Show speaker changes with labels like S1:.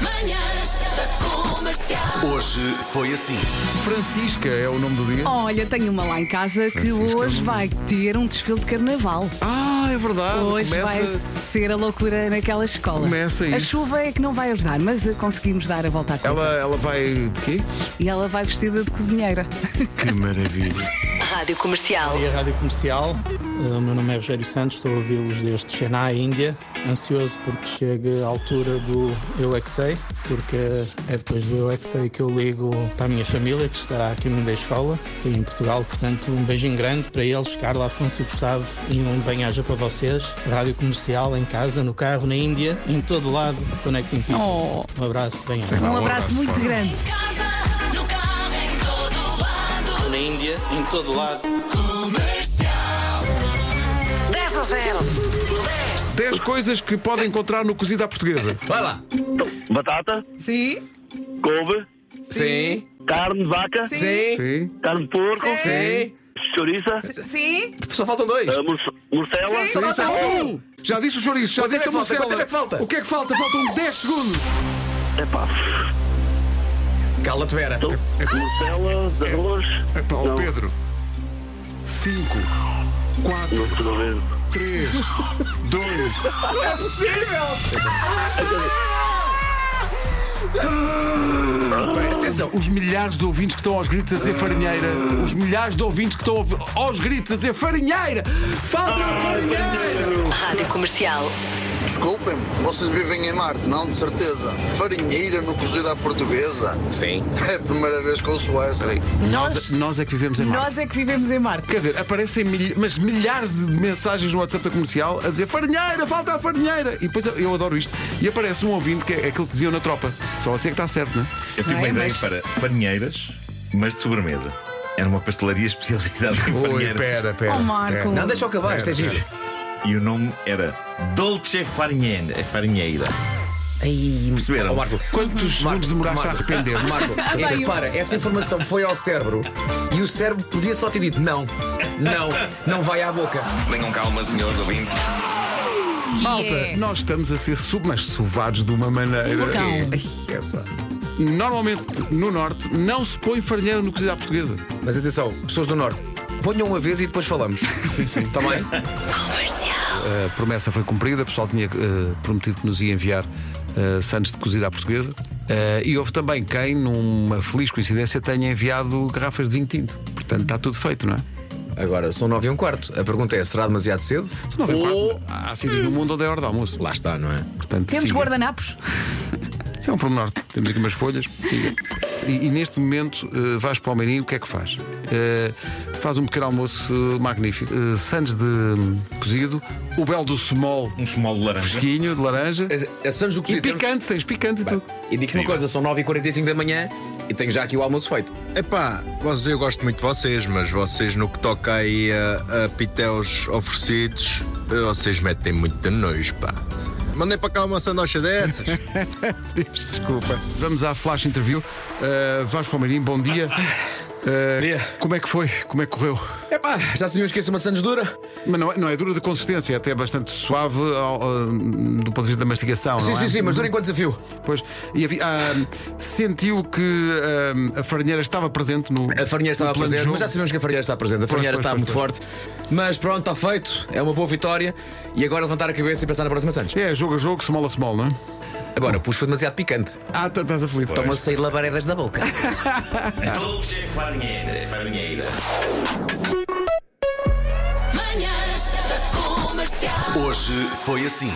S1: Manhãs da comercial.
S2: Hoje foi assim.
S3: Francisca é o nome do dia.
S4: Olha, tenho uma lá em casa que
S3: Francisca,
S4: hoje
S3: hum.
S4: vai ter um desfile de carnaval.
S3: Ah, é verdade.
S4: Hoje vai ser a loucura naquela escola.
S3: Começa
S4: a
S3: isso.
S4: chuva é que não vai ajudar, mas eh, conseguimos dar a volta à coisa.
S3: Ela, ela vai de quê?
S4: E ela vai vestida de cozinheira.
S3: Que maravilha.
S5: Rádio Comercial.
S6: E É a Rádio Comercial. Uh, O meu nome é Rogério Santos, estou a ouvi-los desde Chennai, Índia. Ansioso porque chega a altura do Eu É Que Sei, porque é depois do Eu É Que Sei que eu ligo para a minha família, que estará aqui no meio da escola, e em Portugal. Portanto, um beijinho grande para eles, Carla, Afonso e Gustavo, e um bem-aja para vocês. Rádio Comercial, em casa, no carro, na Índia, em todo lado, Connecting People.
S4: Oh.
S6: Um abraço, bem-aja.
S4: Um abraço muito grande.
S1: Em casa, no carro, em todo lado.
S6: Na Índia, em todo lado.
S1: Comercial.
S5: 10 a 0. 10.
S3: 10 coisas que pode encontrar no cozido à portuguesa.
S7: Vai lá.
S8: Batata,
S4: Sim,
S8: couve,
S7: Sim.
S8: carne de vaca,
S7: Sim.
S3: Sim.
S8: carne de porco,
S7: Sim.
S8: chouriça,
S4: sim.
S7: Só faltam dois.
S8: eh, morce- morcela,
S4: Sim.
S3: Sim, tá bom. Já disse o chouriço, já
S7: Então um. Quanto
S3: disse a
S7: tempo é que
S3: morcela.
S7: falta? Quanto tempo é que falta?
S3: O que é que falta? Faltam 10 segundos.
S8: epá,
S7: Cala-te, Vera.
S8: morcela, de arroz,
S3: É para o
S8: Não.
S3: Pedro. 5, 4,
S8: não estou a ver.
S3: 3, 2, Atenção, os milhares de ouvintes que estão aos gritos a dizer farinheira, os milhares de ouvintes que estão a ouvir- aos gritos a dizer farinheira, falta a farinheira!
S5: Rádio Comercial.
S9: Desculpem, vocês vivem em Marte, não? De certeza. Farinheira no cozido à portuguesa?
S7: Sim.
S9: É a primeira vez que ouço essa.
S3: Nós, nós é que vivemos em Marte.
S4: Nós é que vivemos em Marte.
S3: Quer dizer, aparecem milha- mas milhares de mensagens no WhatsApp da comercial a dizer farinheira, falta a farinheira! E depois eu, eu adoro isto. E aparece um ouvinte que é aquilo que diziam na tropa. Só você que está certo, não é?
S10: Eu tive
S4: Não é?
S10: uma ideia
S4: Mas-
S10: para farinheiras, mas de sobremesa. Era uma pastelaria especializada em farinheiras.
S3: pera.
S4: Oh, Marco.
S7: Não, deixa eu acabar, isto é giro.
S10: E o nome era Dolce Farinheira. Farinheira.
S7: Ai,
S10: Perceberam?
S7: Ó, Marco.
S3: Quantos
S7: Marco,
S3: segundos demoraste
S7: Marco,
S3: a arrepender?
S7: Marco, é que, repara, essa informação foi ao cérebro e o cérebro podia só ter dito não, não, não vai à boca.
S10: Tenham calma, senhores ouvintes.
S3: Malta,
S4: é?
S3: nós estamos a ser sub, mas sovados de uma maneira.
S4: Então.
S3: Ai, epá. Normalmente no norte não se põe farinheira no cozido à portuguesa.
S7: Mas atenção, pessoas do Norte, ponham uma vez e depois falamos. Sim, sim. Está bem?
S3: Eh, A promessa foi cumprida, o pessoal tinha eh, prometido que nos ia enviar eh, Santos de cozida à portuguesa. Eh, e houve também quem, numa feliz coincidência, tenha enviado garrafas de vinho tinto. Portanto, está tudo feito, não é?
S7: Agora, são nove e um quarto. A pergunta é: será demasiado cedo?
S3: Não vem
S7: Ou.
S3: parte- Há sítios no mundo onde é hora de almoço.
S7: Lá está, não é?
S3: Portanto,
S4: Temos
S3: siga.
S4: guardanapos?
S3: Isso é um pormenor. Temos aqui umas folhas. Siga. E, e neste momento eh, vais para o Almeirinho, o que é que faz? Eh, faz um pequeno almoço eh, magnífico. Eh, Sandes de hum, cozido, o belo do semol
S10: Um small de laranja.
S3: fresquinho, de laranja.
S7: A, a É, Santos do
S3: E
S7: Cozido.
S3: picante, tens picante e tudo.
S7: E digo-te uma coisa: são 9h45 da manhã e tenho já aqui o almoço feito.
S11: Epá, vocês, eu gosto muito de vocês, mas vocês no que toca aí a, a pitéus oferecidos, vocês metem muito de nojo, pá. Mandei para cá uma sandocha dessas.
S3: Pedimos Desculpa. Vamos à flash interview. Uh, Vasco Palmeirim, bom dia. Uh,
S7: dia.
S3: Como é que foi? Como é que correu?
S7: Epá, já sabíamos que ia ser uma Santos dura?
S3: Mas não é, não é dura de consistência, é até bastante suave ao- ao- do ponto de vista da mastigação.
S7: Sim,
S3: não é?
S7: sim, sim, mas dura enquanto desafio.
S3: Pois, e havia- ah, sentiu que ah, a farinheira estava presente no.
S7: A farinheira estava
S3: no plano de
S7: presente,
S3: jogo?
S7: mas já sabemos que a farinheira está presente. A
S3: Pois,
S7: farinheira
S3: pois,
S7: está
S3: pois,
S7: muito forte. Mas pronto, está feito. É uma boa vitória. E agora levantar a cabeça e pensar na próxima Santos.
S3: É, jogo a jogo, small a small, não é?
S7: Agora, o pus foi demasiado picante.
S3: Ah, tá- estás aflito.
S7: Estão a sair labaredas da boca.
S10: Dolce Farinheira. Farinheira.
S1: Manhãs da comercial.
S2: Hoje foi assim.